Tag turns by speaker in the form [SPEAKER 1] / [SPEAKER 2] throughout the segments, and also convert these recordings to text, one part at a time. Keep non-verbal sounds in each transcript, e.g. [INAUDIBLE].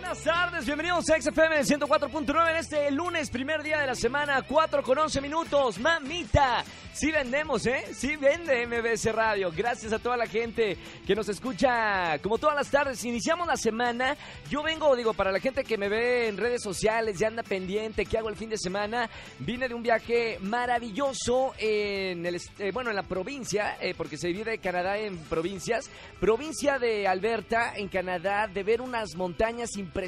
[SPEAKER 1] Buenas tardes, bienvenidos a XFM 104.9 en este lunes, primer día de la semana, 4 con 11 minutos. Mamita, sí vendemos, ¿eh? Sí vende MBS Radio. Gracias a toda la gente que nos escucha como todas las tardes. Iniciamos la semana. Yo vengo, digo, para la gente que me ve en redes sociales y anda pendiente, ¿qué hago el fin de semana? Vine de un viaje maravilloso en el, est- eh, bueno, en la provincia, eh, porque se divide Canadá en provincias. Provincia de Alberta, en Canadá, de ver unas montañas impresionantes.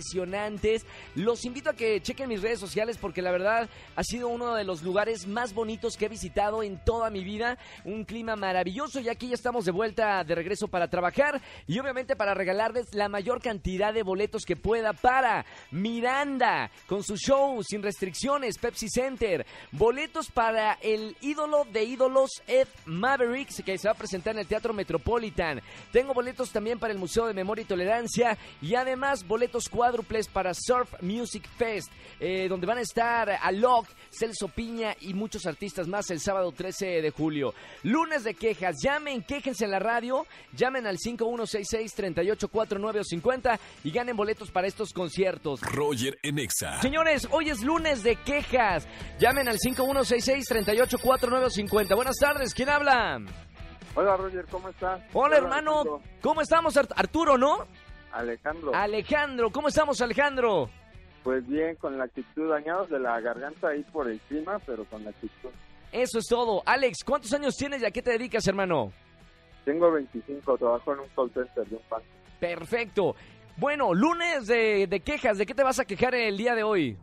[SPEAKER 1] Los invito a que chequen mis redes sociales porque la verdad ha sido uno de los lugares más bonitos que he visitado en toda mi vida. Un clima maravilloso y aquí ya estamos de vuelta de regreso para trabajar y obviamente para regalarles la mayor cantidad de boletos que pueda para Miranda con su show sin restricciones, Pepsi Center. Boletos para el ídolo de ídolos Ed Mavericks que se va a presentar en el Teatro Metropolitan. Tengo boletos también para el Museo de Memoria y Tolerancia y además boletos cuádruples para Surf Music Fest, eh, donde van a estar Alok, Celso Piña y muchos artistas más el sábado 13 de julio. Lunes de quejas, llamen, quéjense en la radio, llamen al 5166-384950 y ganen boletos para estos conciertos.
[SPEAKER 2] Roger en EXA.
[SPEAKER 1] Señores, hoy es lunes de quejas. Llamen al 5166-384950. Buenas tardes, ¿quién habla?
[SPEAKER 3] Hola Roger, ¿cómo estás?
[SPEAKER 1] Hola hermano, ¿cómo estamos Ar- Arturo, no?
[SPEAKER 3] Alejandro,
[SPEAKER 1] Alejandro, ¿cómo estamos Alejandro?
[SPEAKER 3] pues bien, con la actitud dañados de la garganta ahí por el clima, pero con la actitud.
[SPEAKER 1] Eso es todo. Alex, ¿cuántos años tienes y a qué te dedicas, hermano?
[SPEAKER 3] Tengo 25, trabajo en un call center de un banco.
[SPEAKER 1] Perfecto. Bueno, lunes de, de quejas, ¿de qué te vas a quejar el día de hoy?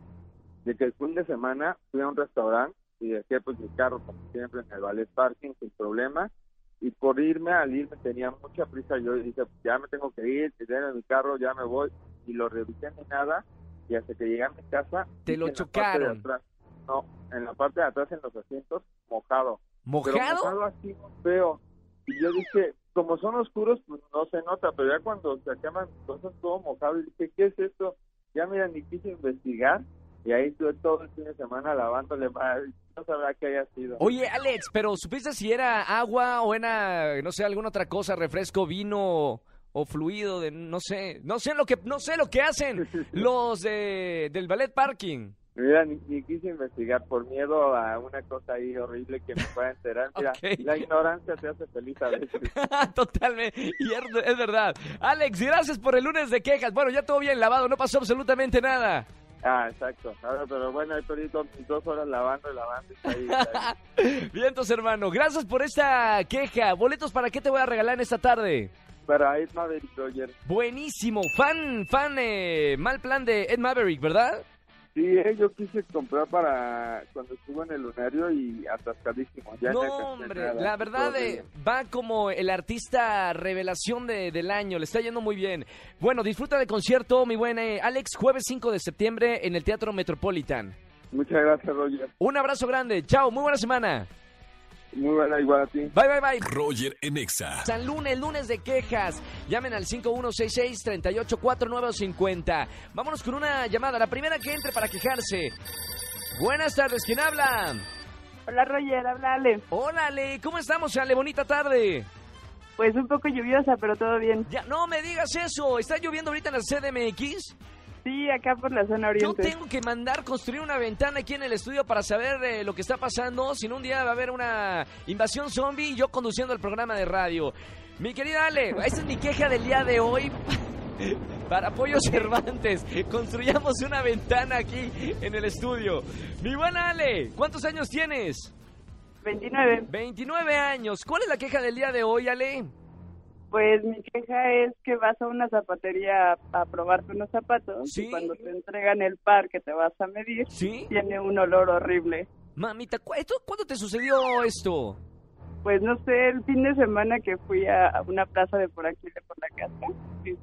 [SPEAKER 3] De que el fin de semana fui a un restaurante y dejé pues mi carro como siempre en el valet parking sin problema. Y por irme al irme tenía mucha prisa yo y dije, pues, ya me tengo que ir, en mi carro, ya me voy. Y lo revisé ni nada y hasta que llegué a mi casa...
[SPEAKER 1] Te
[SPEAKER 3] vi
[SPEAKER 1] lo
[SPEAKER 3] que en la parte de
[SPEAKER 1] chocaron.
[SPEAKER 3] atrás- no, en la parte de atrás en los asientos mojado. pero
[SPEAKER 1] ¿Mojado?
[SPEAKER 3] mojado así muy feo. Y yo dije, como son oscuros, pues no se nota, pero ya cuando se acaban cosas todo mojado, y dije, ¿qué es esto? Ya mira, ni quise investigar, y ahí estuve todo el fin de semana lavándole, ma- no sabrá qué haya sido. [LAUGHS]
[SPEAKER 1] Oye, Alex, pero ¿supiste si era agua o era, no sé, alguna otra cosa, refresco, vino o fluido de, no sé, no sé lo que, no sé lo que hacen los de, del ballet parking? [LAUGHS]
[SPEAKER 3] Mira, ni, ni quise investigar por miedo a una cosa ahí horrible que me pueda enterar.
[SPEAKER 1] [LAUGHS]
[SPEAKER 3] Mira,
[SPEAKER 1] Ok.
[SPEAKER 3] la ignorancia te hace feliz a veces.
[SPEAKER 1] Totalmente, y es, es verdad. Alex, gracias por el lunes de quejas. Bueno, ya todo bien lavado, no pasó absolutamente nada.
[SPEAKER 3] Ah, exacto. Ahora, pero bueno, ahí perdí dos, dos horas lavando y lavando. y está
[SPEAKER 1] [LAUGHS]
[SPEAKER 3] ahí, está ahí.
[SPEAKER 1] Vientos, hermano. Gracias por esta queja. Boletos para qué te voy a regalar en esta tarde.
[SPEAKER 3] Pero ahí es Maverick Roger.
[SPEAKER 1] Buenísimo. Fan, fan, eh, mal plan de Ed Maverick, ¿verdad?
[SPEAKER 3] Sí, eh, yo quise comprar para cuando estuvo en el lunario y atascadísimo. Ya
[SPEAKER 1] no,
[SPEAKER 3] alcancé
[SPEAKER 1] hombre.
[SPEAKER 3] nada.
[SPEAKER 1] La verdad
[SPEAKER 3] Todo
[SPEAKER 1] eh,
[SPEAKER 3] bien.
[SPEAKER 1] va como el artista revelación de- del año. Le está yendo muy bien. Bueno, disfruta del concierto, mi buen eh, Alex. Jueves 5 de septiembre en el Teatro Metropolitan.
[SPEAKER 3] Muchas gracias, Roger.
[SPEAKER 1] Un abrazo grande. Chao. Muy buena semana.
[SPEAKER 3] Muy buena, igual a ti.
[SPEAKER 1] Bye, bye, bye.
[SPEAKER 2] Roger en EXA.
[SPEAKER 1] San Lunes, lunes de quejas. Llamen al 5166-384950. Vámonos con una llamada, la primera que entre para quejarse. Buenas tardes, ¿quién habla?
[SPEAKER 4] Hola Roger, háblale.
[SPEAKER 1] Hola Ale, ¿cómo estamos Ale? Bonita tarde.
[SPEAKER 4] Pues un poco lluviosa, pero todo bien.
[SPEAKER 1] Ya, no me digas eso, ¿está lloviendo ahorita en la CDMX?
[SPEAKER 4] Sí, acá por la zona
[SPEAKER 1] Yo
[SPEAKER 4] oriente.
[SPEAKER 1] tengo que mandar construir una ventana aquí en el estudio para saber eh, lo que está pasando, si no un día va a haber una invasión zombie y yo conduciendo el programa de radio. Mi querida Ale, esa es mi queja del día de hoy. [LAUGHS] Para Pollo Cervantes, construyamos una ventana aquí en el estudio. Mi buena Ale, ¿cuántos años tienes?
[SPEAKER 4] 29.
[SPEAKER 1] 29 años. ¿Cuál es la queja del día de hoy, Ale?
[SPEAKER 4] Pues mi queja es que vas a una zapatería a, a probarte unos zapatos
[SPEAKER 1] Sí.
[SPEAKER 4] y cuando te entregan el par que te vas a medir,
[SPEAKER 1] ¿Sí?
[SPEAKER 4] tiene un olor horrible.
[SPEAKER 1] Mamita, ¿cu- esto- ¿cuándo te sucedió esto?
[SPEAKER 4] Pues no sé, el fin de semana que fui a, a una plaza de por aquí, de por la casa, sí,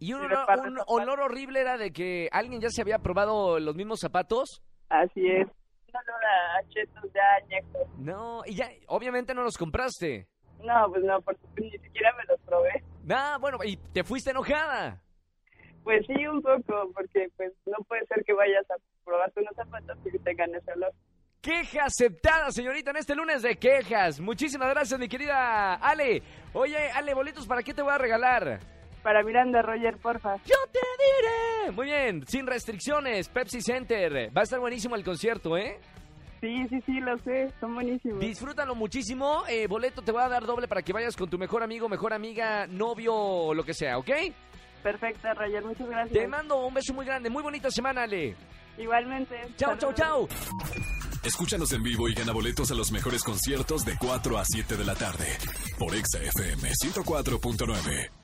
[SPEAKER 1] Y un
[SPEAKER 4] Sí,
[SPEAKER 1] olor,
[SPEAKER 4] reparto
[SPEAKER 1] un
[SPEAKER 4] zapatos.
[SPEAKER 1] olor horrible era de que alguien ya se había probado los mismos zapatos.
[SPEAKER 4] así es. Un olor a chetos ya añejos.
[SPEAKER 1] No, y ya, obviamente no los compraste.
[SPEAKER 4] No, pues no, porque ni siquiera me los probé.
[SPEAKER 1] Nah, Ah, bueno, y te fuiste enojada.
[SPEAKER 4] Pues sí, un poco, porque pues no puede ser que vayas a probarte unos zapatos y que tengan ese olor.
[SPEAKER 1] Queja aceptada, señorita, en este lunes de quejas. Muchísimas gracias, mi querida Ale. Oye, Ale, boletos, ¿para qué te voy a regalar?
[SPEAKER 4] Para Miranda Roger, porfa.
[SPEAKER 1] Yo te diré. Muy bien, sin restricciones, Pepsi Center. Va a estar buenísimo el concierto, ¿eh?
[SPEAKER 4] Sí, sí, sí, lo sé, son buenísimos.
[SPEAKER 1] Disfrútalo muchísimo. Eh, boleto te voy a dar doble para que vayas con tu mejor amigo, mejor amiga, novio o lo que sea, ¿ok?
[SPEAKER 4] Perfecto, Roger, muchas gracias.
[SPEAKER 1] Te mando un beso muy grande. Muy bonita semana, Ale.
[SPEAKER 4] Igualmente.
[SPEAKER 1] Chao, chao,
[SPEAKER 4] Saludos.
[SPEAKER 1] chao.
[SPEAKER 2] Escúchanos en vivo y gana boletos a los mejores conciertos de 4 a 7 de la tarde por Exa FM 104.9.